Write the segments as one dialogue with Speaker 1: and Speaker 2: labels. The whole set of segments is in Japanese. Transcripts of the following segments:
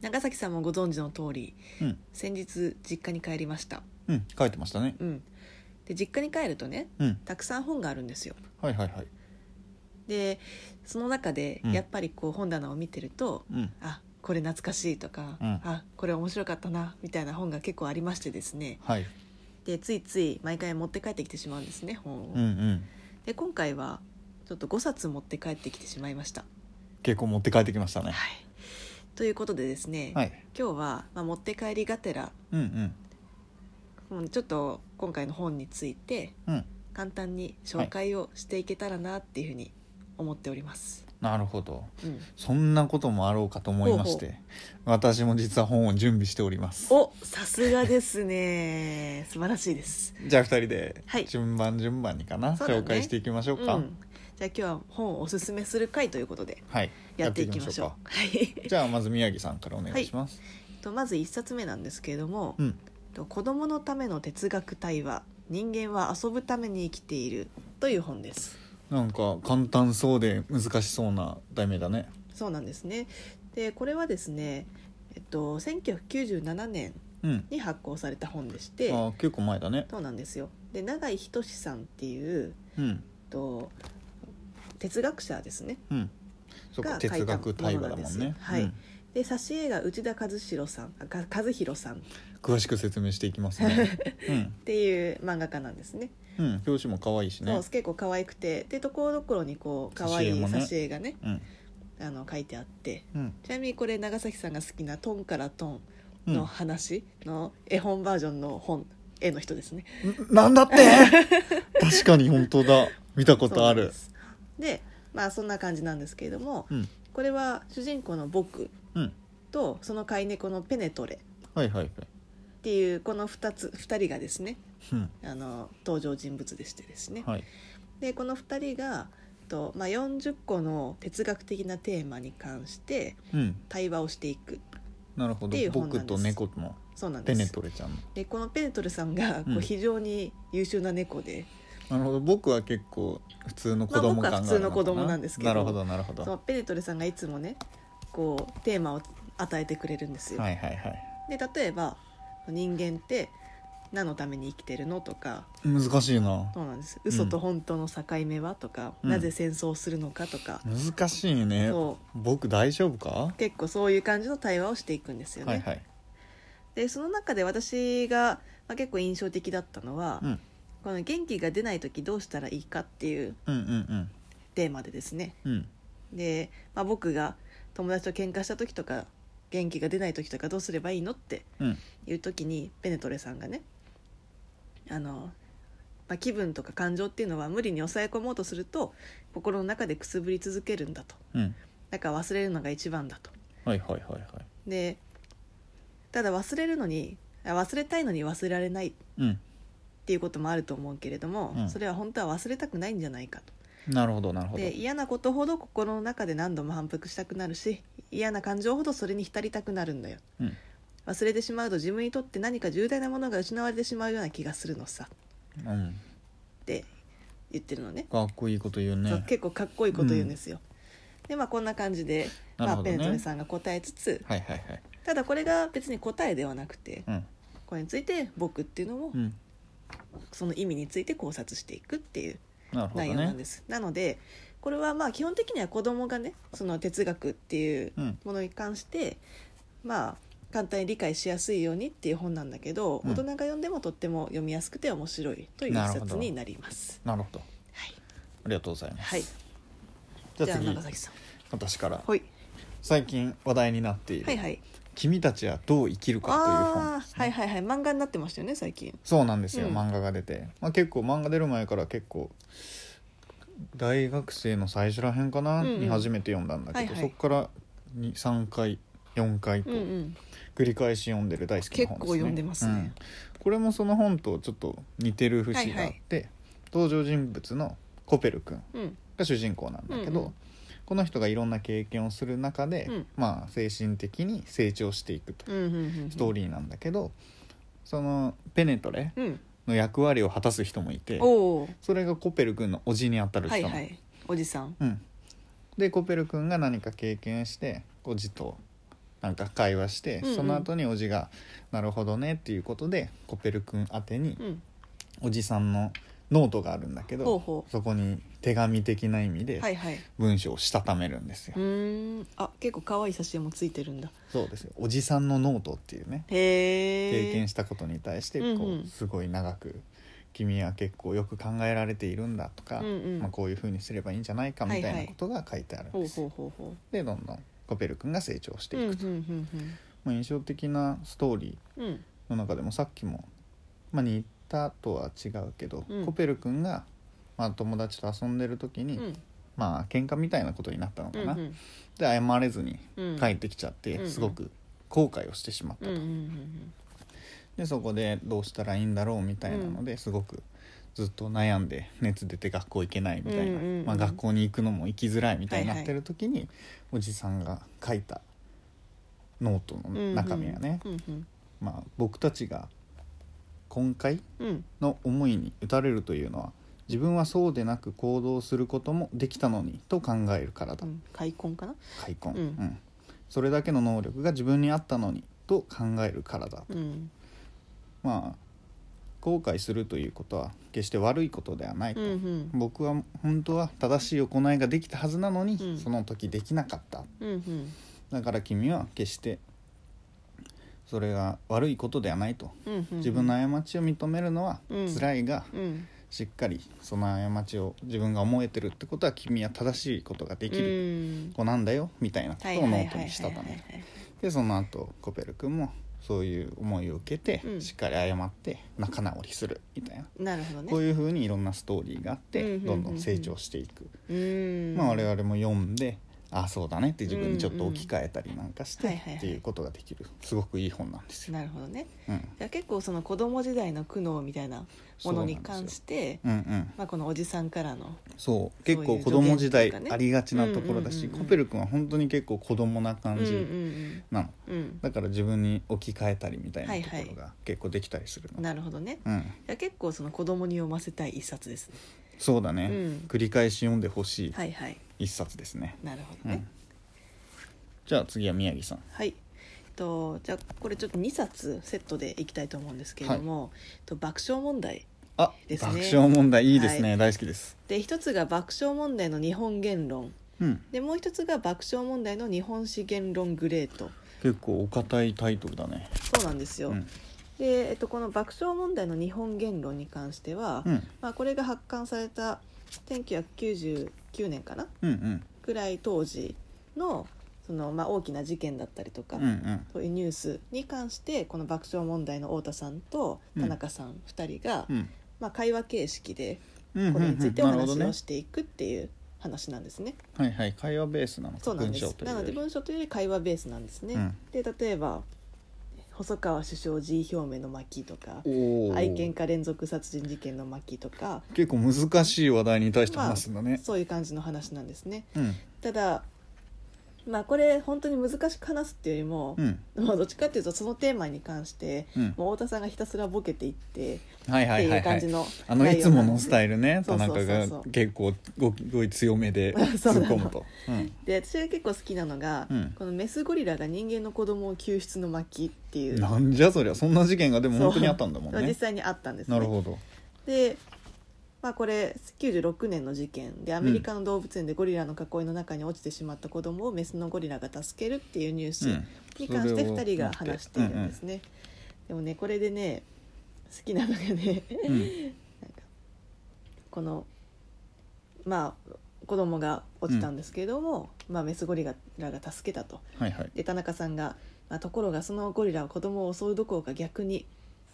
Speaker 1: 長崎さんもご存知の通り
Speaker 2: うん
Speaker 1: 先日実家に帰りました
Speaker 2: うん書いてましたね
Speaker 1: うんで実家に帰るとね
Speaker 2: うん
Speaker 1: たくさん本があるんですよ
Speaker 2: はいはいはい
Speaker 1: でその中で
Speaker 2: うん
Speaker 1: やっぱりこう本棚を見てると、
Speaker 2: うん
Speaker 1: あこれ懐かしいとか、
Speaker 2: うん
Speaker 1: あこれ面白かったなみたいな本が結構ありましてですね
Speaker 2: はい
Speaker 1: でついつい毎回持って帰ってきてしまうんですね本を、
Speaker 2: うんうん
Speaker 1: で今回はちょっと5冊持って帰ってきてしまいました、
Speaker 2: 結構持って帰ってきましたね
Speaker 1: はい、ということでですね、
Speaker 2: はい
Speaker 1: 今日は、まあ、持って帰りがてら
Speaker 2: うん
Speaker 1: うんちょっと今回の本について
Speaker 2: うんうん
Speaker 1: 簡単に紹介をしていけたらなっていうふうに思っております、
Speaker 2: なるほど
Speaker 1: うん、
Speaker 2: そんなこともあろうかと思いまして私も実は本を準備しております
Speaker 1: おさすがですね素晴らしいです、
Speaker 2: じゃあ二人で
Speaker 1: はい
Speaker 2: 順番順番にかな、
Speaker 1: そうだね
Speaker 2: 紹介していきましょ
Speaker 1: うん、
Speaker 2: う
Speaker 1: じゃ
Speaker 2: か、
Speaker 1: あ今日は本をおすすめする回ということで
Speaker 2: はい
Speaker 1: やっていきましょう
Speaker 2: か
Speaker 1: はい
Speaker 2: じゃあまず宮城さんからお願いします、
Speaker 1: とまず1冊目なんですけれども
Speaker 2: うん
Speaker 1: 「と子どものための哲学対話人間は遊ぶために生きている」という本です
Speaker 2: なんか簡単そうで難しそうな題名だね
Speaker 1: そうなんですねでこれはですねえっと1997年
Speaker 2: うん
Speaker 1: に発行された本でし
Speaker 2: あ
Speaker 1: て
Speaker 2: ー結構前だね
Speaker 1: そうなんですよで永井仁さんっていう
Speaker 2: うん
Speaker 1: と哲学者ですね
Speaker 2: うんそっか
Speaker 1: が書いた
Speaker 2: 哲学対話だもん
Speaker 1: ものなん
Speaker 2: ね
Speaker 1: ですはい
Speaker 2: うん
Speaker 1: で挿絵が内田和弘さんあか和弘さんっ
Speaker 2: 詳しく説明していきます ね
Speaker 1: ていう漫画家なんですね
Speaker 2: うん、うん、表紙も可愛いし
Speaker 1: そ
Speaker 2: ね
Speaker 1: う結構可愛くてでところどころにこう可愛い
Speaker 2: 挿絵もね
Speaker 1: 挿絵がね
Speaker 2: うん
Speaker 1: あの書いてあって
Speaker 2: うん
Speaker 1: ちなみにこれ長崎さんが好きな「トンからトン」
Speaker 2: うん
Speaker 1: の話の絵本バージョンの本絵の人ですね。
Speaker 2: んなん だって確かに本当だ見たこと
Speaker 1: そ
Speaker 2: あ
Speaker 1: うなん
Speaker 2: る
Speaker 1: ですでまあそんな感じなんですけれども
Speaker 2: うん
Speaker 1: これは主人公の僕
Speaker 2: うん
Speaker 1: とその飼い猫のペネトレ
Speaker 2: はいはいはい
Speaker 1: っていうこの2つ2人がですね
Speaker 2: うん
Speaker 1: あの登場人物でしてですね、
Speaker 2: はい
Speaker 1: でこの2人がと、まあ、40個の哲学的なテーマに関して
Speaker 2: うん
Speaker 1: 対話をしていく
Speaker 2: なるほ
Speaker 1: って
Speaker 2: ど
Speaker 1: いう本なんです
Speaker 2: 僕と猫との
Speaker 1: そうなん
Speaker 2: ペ
Speaker 1: で
Speaker 2: ネ
Speaker 1: す
Speaker 2: トレちゃんの
Speaker 1: でこのペネトルさんがこ
Speaker 2: うん
Speaker 1: う非常に優秀な猫で、
Speaker 2: なるほど僕は結構普通の子供感が
Speaker 1: まあ
Speaker 2: ある
Speaker 1: 僕は普通の子供なんですけど
Speaker 2: なるほどなるほど
Speaker 1: そのペネトルさんがいつもねこうテーマを与えてくれるんですよ。
Speaker 2: はいはいはい
Speaker 1: で例えば「人間って何のために生きてるの?」とか
Speaker 2: 難しいな
Speaker 1: そうなんです嘘と本当の境目はとか、
Speaker 2: うん
Speaker 1: なぜ戦争をするのかとか、
Speaker 2: 難しいね
Speaker 1: そ
Speaker 2: 僕大丈夫か
Speaker 1: 結構そういう感じの対話をしていくんですよね。
Speaker 2: はいはい
Speaker 1: でその中で私が、まあ、結構印象的だったのは、
Speaker 2: うん
Speaker 1: この元気が出ない時どうしたらいいかっていう
Speaker 2: うんうん
Speaker 1: テーマでですね
Speaker 2: うんうん
Speaker 1: で、まあ、僕が友達と喧嘩した時とか元気が出ない時とかどうすればいいのって
Speaker 2: うん
Speaker 1: いう時にベネトレさんがねあの、まあ、気分とか感情っていうのは無理に抑え込もうとすると心の中でくすぶり続けるんだと
Speaker 2: うん
Speaker 1: だから忘れるのが一番だと。
Speaker 2: はいはいはいはい
Speaker 1: でただ忘れるのにあ忘れたいのに忘れられないっ
Speaker 2: うん
Speaker 1: ていうこともあると思うけれども、
Speaker 2: うん
Speaker 1: それは本当は忘れたくないんじゃないかと。
Speaker 2: なるほどなるほど
Speaker 1: で嫌なことほど心の中で何度も反復したくなるし嫌な感情ほどそれに浸りたくなるんだよ
Speaker 2: うん
Speaker 1: 忘れてしまうと自分にとって何か重大なものが失われてしまうような気がするのさっ
Speaker 2: うん
Speaker 1: て言ってるのね
Speaker 2: かっこいいこと言う
Speaker 1: そう
Speaker 2: ね
Speaker 1: 結構かっこいいこと言うんですよ、でまあこんな感じで、
Speaker 2: な
Speaker 1: ま
Speaker 2: るほ
Speaker 1: あ、
Speaker 2: ど
Speaker 1: ペ
Speaker 2: ね
Speaker 1: ネトレさんが答えつつ
Speaker 2: はいはいはい
Speaker 1: ただこれが別に答えではなくて
Speaker 2: うん
Speaker 1: これについて僕っていうのも
Speaker 2: うん
Speaker 1: その意味について考察していくっていう
Speaker 2: なるほど
Speaker 1: 内容なん
Speaker 2: ね
Speaker 1: です、なのでこれはまあ基本的には子供がねその哲学っていう
Speaker 2: うん
Speaker 1: ものに関してまあ簡単に理解しやすいようにっていう本なんだけど、
Speaker 2: うん
Speaker 1: 大人が読んでもとっても読みやすくて面白いという
Speaker 2: な
Speaker 1: 一
Speaker 2: るほど
Speaker 1: 冊になります。
Speaker 2: なるほど
Speaker 1: はい、
Speaker 2: ありがとうございます
Speaker 1: はい、
Speaker 2: じ
Speaker 1: じ
Speaker 2: ゃ
Speaker 1: ゃ
Speaker 2: あ
Speaker 1: あ
Speaker 2: 次
Speaker 1: 長崎さん、
Speaker 2: 私から
Speaker 1: ほい、
Speaker 2: 最近話題になっている
Speaker 1: はいはい、
Speaker 2: 「君たちはどう生きるか」という本
Speaker 1: あ
Speaker 2: で
Speaker 1: あ
Speaker 2: す
Speaker 1: ー、はい
Speaker 2: ね
Speaker 1: はいはい、漫画になってましたよね最近。
Speaker 2: そうなんですよ
Speaker 1: うん
Speaker 2: 漫画が出てまあ結構漫画出る前から結構大学生の最初らへんかな
Speaker 1: うんうん
Speaker 2: に初めて読んだんだけ
Speaker 1: は
Speaker 2: ど
Speaker 1: いはい
Speaker 2: そこから3回4回と
Speaker 1: うんうん、
Speaker 2: 繰り返し読んでる大好きな
Speaker 1: 結
Speaker 2: 本ですね
Speaker 1: 構読んでますね
Speaker 2: うんこれもその本とちょっと似てる節があって、登場人物のコペル君
Speaker 1: うん、
Speaker 2: が主人公なんだけど、
Speaker 1: うんうん
Speaker 2: この人がいろんな経験をする中で、
Speaker 1: うん
Speaker 2: まあ精神的に成長していくと
Speaker 1: うんうんうんうん、
Speaker 2: ストーリーなんだけど、そのペネトレ
Speaker 1: うん、
Speaker 2: の役割を果たす人もいて
Speaker 1: おお、
Speaker 2: それがコペル君の叔父にあたる人
Speaker 1: は
Speaker 2: ないの
Speaker 1: はい、おじさん、
Speaker 2: うん、でコペル君が何か経験して叔父となんか会話して、
Speaker 1: うんうん
Speaker 2: その後におじが「なるほどね」っていうことでコペル君宛てに
Speaker 1: うん
Speaker 2: おじさんのノートがあるんだけど、
Speaker 1: ほうほ
Speaker 2: そこに手紙的な意
Speaker 1: う
Speaker 2: 味
Speaker 1: は
Speaker 2: で
Speaker 1: いはいう
Speaker 2: 文章をしたためるんですよ。
Speaker 1: ーんあ結構可愛い写真もついてるんだ
Speaker 2: そうですよおじさんのノートっていうね
Speaker 1: へえ
Speaker 2: 経験したことに対してこ
Speaker 1: うんうん
Speaker 2: うすごい長く「君は結構よく考えられているんだ」とか、
Speaker 1: うんうん
Speaker 2: まあ、こういうふうにすればいいんじゃないかみたいなことが書いてあるんですよ
Speaker 1: ほうほうほうほ
Speaker 2: でどんどんコペル君が成長して
Speaker 1: う
Speaker 2: い
Speaker 1: うん
Speaker 2: く
Speaker 1: う
Speaker 2: と、
Speaker 1: ん
Speaker 2: まあ、印象的なストーリ
Speaker 1: うんうんうん
Speaker 2: ーの中でもさっきも、まあ、似たとは違うけど、
Speaker 1: うん
Speaker 2: コペル君が、まあ、友達と遊んでる時に、
Speaker 1: うん
Speaker 2: まあ喧嘩みたいなことになったのかな、
Speaker 1: うん
Speaker 2: で謝れずに
Speaker 1: うん
Speaker 2: 帰ってきちゃって、
Speaker 1: うん
Speaker 2: すごく後悔をしてしまった
Speaker 1: う
Speaker 2: と、
Speaker 1: んうんうん
Speaker 2: でそこでどうしたらいいんだろうみたいなので、すごくずっと悩んで熱出て学校行けないみた
Speaker 1: う
Speaker 2: いな、
Speaker 1: んうんうん
Speaker 2: まあ、学校に行くのも行きづらいみたいになってる時に、おじさんが書いたノート
Speaker 1: うん
Speaker 2: の中身がね、
Speaker 1: うんうん
Speaker 2: まあ、僕たちが今回
Speaker 1: うん
Speaker 2: の思いに打たれるというのは自分はそうでなく行動することもできたのにと考えるから
Speaker 1: う
Speaker 2: だ、
Speaker 1: ん開墾かな
Speaker 2: 開墾、
Speaker 1: うん
Speaker 2: うんそれだけの能力が自分にあったのにと考えるからだ
Speaker 1: うん
Speaker 2: まあ後悔するということは決して悪いことではないと、
Speaker 1: うんうん
Speaker 2: 僕は本当は正しい行いができたはずなのに、
Speaker 1: うん
Speaker 2: その時できなかった
Speaker 1: うんうん
Speaker 2: だから君は決してそれが悪いことではないと
Speaker 1: うんうん
Speaker 2: 自分の過ちを認めるのは
Speaker 1: うん
Speaker 2: 辛いが、
Speaker 1: うん
Speaker 2: しっかりその過ちを自分が思えてるってことは君は正しいことができる
Speaker 1: うん
Speaker 2: 子なんだよみたいなこと
Speaker 1: はい
Speaker 2: を
Speaker 1: はい
Speaker 2: ノ
Speaker 1: はい
Speaker 2: ートにしたた
Speaker 1: はい
Speaker 2: め
Speaker 1: はいはい
Speaker 2: でその後コペル君もそういう思いを受けて、
Speaker 1: うん
Speaker 2: しっかり謝って仲直りするみたい
Speaker 1: な
Speaker 2: な
Speaker 1: るほどね
Speaker 2: こういうふうにいろんなストーリーがあって、
Speaker 1: うんうんうんうん
Speaker 2: どんどん成長していく、
Speaker 1: うん
Speaker 2: まあ、我々も読んでああそうだねって自分にちょっと置き換えたりなんかして、
Speaker 1: うんうんはいはいはい
Speaker 2: っていうことができるすごくいい本なんですよ。
Speaker 1: なるほどね
Speaker 2: うん、
Speaker 1: じゃあ結構その子供時代の苦悩みたいなものに関して、
Speaker 2: うんうん、
Speaker 1: まあ、このおじさんからの
Speaker 2: そう
Speaker 1: そういう
Speaker 2: 結構子供時代
Speaker 1: 助言っていうかね
Speaker 2: ありがちなところだし、
Speaker 1: うんうんうんうん
Speaker 2: コペル君は本当に結構子供な
Speaker 1: う
Speaker 2: 感
Speaker 1: んうん
Speaker 2: じなの、
Speaker 1: うんうん
Speaker 2: だから自分に置き換えたりみたいな
Speaker 1: はい
Speaker 2: と
Speaker 1: はい
Speaker 2: ころが結構できたりするの、
Speaker 1: なるほどね
Speaker 2: うん、
Speaker 1: じゃあ結構その子供に読ませたい一冊ですね
Speaker 2: そうだね、
Speaker 1: うん
Speaker 2: 繰り返し読んでほしい
Speaker 1: はいはい
Speaker 2: 一冊ですね、
Speaker 1: なるほ
Speaker 2: う
Speaker 1: ど
Speaker 2: ん
Speaker 1: ね、
Speaker 2: じゃあ次は宮城さん
Speaker 1: はい、えっと、じゃあこれちょっと2冊セットでいきたいと思うんですけれども、えっと爆笑問題
Speaker 2: あ、
Speaker 1: ですね
Speaker 2: 爆笑問題いいですね、大好きです
Speaker 1: で一つが爆笑問題の日本言論
Speaker 2: うん
Speaker 1: でもう一つが爆笑問題の日本史言論グレート
Speaker 2: 結構お堅いタイトルだね
Speaker 1: そうなんですよ、
Speaker 2: うん
Speaker 1: で、えっと、この爆笑問題の日本言論に関しては、
Speaker 2: うん
Speaker 1: まあ、これが発刊された1999年かな
Speaker 2: うんうん
Speaker 1: ぐらい当時のその、まあ、大きな事件だったりとか、
Speaker 2: うんうん
Speaker 1: そういうニュースに関してこの爆笑問題の太田さんと田中さん2人が、
Speaker 2: うん
Speaker 1: まあ、会話形式で
Speaker 2: うん
Speaker 1: これについて
Speaker 2: う
Speaker 1: お
Speaker 2: んうんなるほ
Speaker 1: 話
Speaker 2: ど
Speaker 1: を
Speaker 2: ね
Speaker 1: していくっていう話なんですね。
Speaker 2: はいはい会話ベースなの
Speaker 1: そう
Speaker 2: か
Speaker 1: なん
Speaker 2: 文
Speaker 1: で
Speaker 2: 章
Speaker 1: す
Speaker 2: という
Speaker 1: な
Speaker 2: よ
Speaker 1: ので
Speaker 2: り
Speaker 1: 文章というより会話ベースなんですね。
Speaker 2: うん
Speaker 1: で例えば細川首相辞意表明の巻とか
Speaker 2: おー
Speaker 1: 愛犬家連続殺人事件の巻とか、
Speaker 2: 結構難しい話題に対して話すんだね、
Speaker 1: そういう感じの話なんですね
Speaker 2: うん
Speaker 1: ただまあこれ本当に難しく話すっていうよりも
Speaker 2: う、ん
Speaker 1: まあどっちかっていうとそのテーマに関して、
Speaker 2: うん
Speaker 1: もう太田さんがひたすらボケていって
Speaker 2: はい
Speaker 1: っ
Speaker 2: は
Speaker 1: て
Speaker 2: い
Speaker 1: い
Speaker 2: は
Speaker 1: う
Speaker 2: い
Speaker 1: 感
Speaker 2: は
Speaker 1: じ
Speaker 2: い
Speaker 1: の
Speaker 2: あのいつものス
Speaker 1: イ
Speaker 2: タイルね
Speaker 1: そう
Speaker 2: 田
Speaker 1: そうそうそ
Speaker 2: 中
Speaker 1: う
Speaker 2: が結構ごごい強めで
Speaker 1: そ
Speaker 2: 突
Speaker 1: うなの
Speaker 2: っ込むとうん
Speaker 1: ルで私が結構好きなのが、
Speaker 2: うん
Speaker 1: このメスゴリラが人間の子供を救出の巻っていう
Speaker 2: なんじゃそりゃそんな事件がでも
Speaker 1: そう
Speaker 2: 本当にあったんだも ん
Speaker 1: 実
Speaker 2: ね
Speaker 1: 際にあったんですね
Speaker 2: なるほど
Speaker 1: で、まあ、これ96年の事件でアメリカの動物園でゴリラの囲いの中に落ちてしまった子供をメスのゴリラが助けるっていうニュース
Speaker 2: うん
Speaker 1: に関して
Speaker 2: それを
Speaker 1: 2人が話しているんですね、でもねこれでね好きなのがね
Speaker 2: うんうん
Speaker 1: なんかこのまあ子供が落ちたんですけれども、まあ、メスゴリラが助けたと
Speaker 2: はいはい
Speaker 1: で田中さんが、まあ、ところがそのゴリラは子供を襲うどころか逆に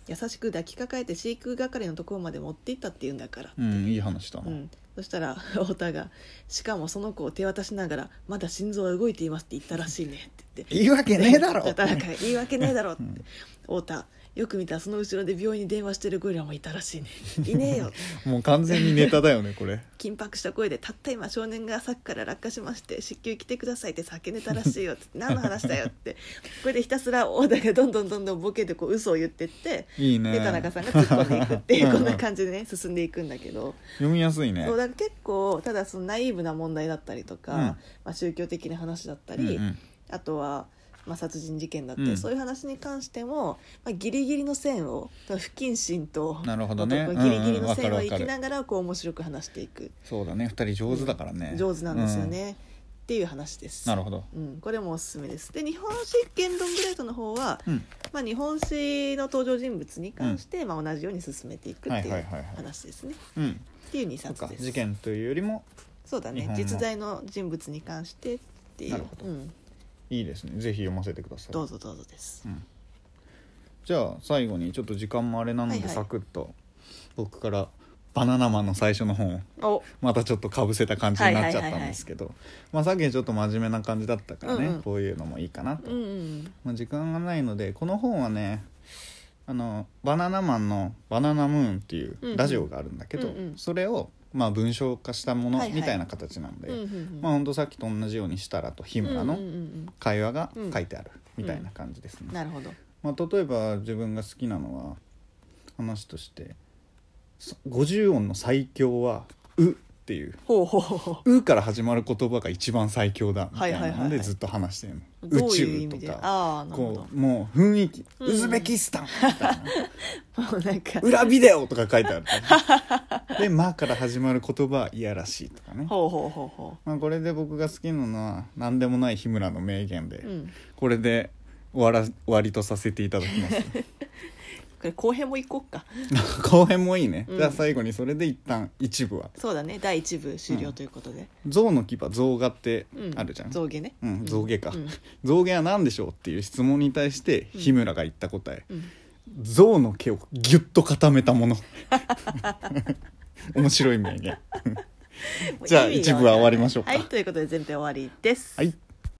Speaker 1: 優しく抱きかかえて飼育係のところまで持って行ったって言うんだから、
Speaker 2: うんいい話だ
Speaker 1: う、
Speaker 2: なん
Speaker 1: そしたら太田が「しかもその子を手渡しながらまだ心臓は動いています」って言ったらしいねって言って
Speaker 2: 言い訳ねえだ ろ
Speaker 1: 田中が言い訳ねえだろって、
Speaker 2: うん
Speaker 1: 太田よく見たらその後ろで病院に電話してるゴリラもいたらしいねいねえよ
Speaker 2: もう完全にネタだよねこれ
Speaker 1: 緊迫した声で「たった今少年がさっきから落下しまして至急来てください」って叫んでたらしいよ って「何の話だよ」ってこれでひたすら太田がどんどんどんどんボケてこう嘘を言ってって
Speaker 2: いいね
Speaker 1: で田中さんが突っ込んでいくっていうこんな
Speaker 2: じ
Speaker 1: 感じで ね進んでいくんだけど。
Speaker 2: 読みやすいね
Speaker 1: そうだから結構ただそのナイーブな問題だったりとか、
Speaker 2: うん
Speaker 1: まあ、宗教的な話だったり、
Speaker 2: うんうん
Speaker 1: あとはまあ、殺人事件だって、
Speaker 2: うん
Speaker 1: そういう話に関しても、まあ、ギリギリの線を不謹慎と
Speaker 2: なるほどね
Speaker 1: 男ギリギリ
Speaker 2: うんうん
Speaker 1: の
Speaker 2: わか
Speaker 1: 線
Speaker 2: る
Speaker 1: を
Speaker 2: わ
Speaker 1: い
Speaker 2: か
Speaker 1: き
Speaker 2: る
Speaker 1: ながらこう面白く話していく、
Speaker 2: そうだね二人上手だからね、
Speaker 1: 上手なんですよ
Speaker 2: うん
Speaker 1: ね、っていう話です。
Speaker 2: なるほど
Speaker 1: うん、これもおすすめですで日本史言論グレートの方は、
Speaker 2: うん
Speaker 1: まあ、日本史の登場人物に関して、まあ、同じように進めていくってい
Speaker 2: は
Speaker 1: う
Speaker 2: いはいはいはい
Speaker 1: 話ですね。
Speaker 2: うん
Speaker 1: っていう2
Speaker 2: そう
Speaker 1: 冊
Speaker 2: か
Speaker 1: です。
Speaker 2: 事件というよりも
Speaker 1: そうだ
Speaker 2: 日
Speaker 1: ね
Speaker 2: 本の
Speaker 1: 実在の人物に関してってい
Speaker 2: な
Speaker 1: う
Speaker 2: るほ、ど
Speaker 1: うん、
Speaker 2: いいですねぜひ読ませてください
Speaker 1: どうぞどうぞです。
Speaker 2: うんじゃあ最後にちょっと時間もあれなの
Speaker 1: はい
Speaker 2: で
Speaker 1: はい
Speaker 2: サクッと僕から「バナナマン」の最初の本を
Speaker 1: お
Speaker 2: またちょっとかぶせた感じになっちゃったんですけどまあさっきちょっと真面目な感じだったからね、
Speaker 1: うんうん
Speaker 2: こういうのもいいかなと、
Speaker 1: うんうん
Speaker 2: まあ、時間がないのでこの本はねあのバナナマンの「バナナムーン」ってい
Speaker 1: うんう
Speaker 2: うんラジオがあるんだけど、
Speaker 1: うんうん
Speaker 2: それをまあ文章化したもの
Speaker 1: はいはい
Speaker 2: みたいな形なんで、
Speaker 1: うんうんうん
Speaker 2: まあほんとさっきと同じように設楽と日村
Speaker 1: うんう
Speaker 2: の
Speaker 1: んうん
Speaker 2: 会話が書いてあるみたいな感じですね。
Speaker 1: うんなるほど。
Speaker 2: まあ、例えば自分が好きなのは話としてそ50音の最強は「う」っていう
Speaker 1: ほうほうほう
Speaker 2: 「う」から始まる言葉が一番最強だみたい
Speaker 1: はいは
Speaker 2: な
Speaker 1: いはいは
Speaker 2: の
Speaker 1: い
Speaker 2: でずっと話してるの、
Speaker 1: どういう意味
Speaker 2: 宇宙と
Speaker 1: で
Speaker 2: か
Speaker 1: ああなるほ
Speaker 2: こうもう雰囲気「
Speaker 1: うんうん
Speaker 2: ウズベキスタン」みたいな
Speaker 1: ど。もう なんか
Speaker 2: 「裏ビデオ」とか書いてあるから で「ま」から始まる言葉は「いやらしい」とかね、
Speaker 1: ほうほうほうほ
Speaker 2: まあ、これで僕が好きなのは何でもない日村の名言で、
Speaker 1: う。うん。
Speaker 2: これで終わら終わりとさせていただ きます。
Speaker 1: これ後編も行こうか。
Speaker 2: 後編もいいね、
Speaker 1: うん
Speaker 2: じゃあ最後にそれで一旦一部は
Speaker 1: そうだね第一部終了ということで。
Speaker 2: 象の牙象牙って
Speaker 1: うん、
Speaker 2: あるじゃん、
Speaker 1: 象牙ね。
Speaker 2: うん象牙か
Speaker 1: うん
Speaker 2: 象牙は何でしょうっていう質問に対して
Speaker 1: うん
Speaker 2: 日村が言った答え、
Speaker 1: うん
Speaker 2: 象の毛をギュッと固めた もの面白い名言じゃあ一部は終わりましょうか
Speaker 1: はいということで全編終わりです。
Speaker 2: はい